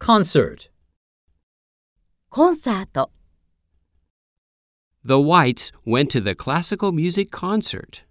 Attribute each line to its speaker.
Speaker 1: Concert.
Speaker 2: コンサート
Speaker 3: The Whites went to the classical music concert.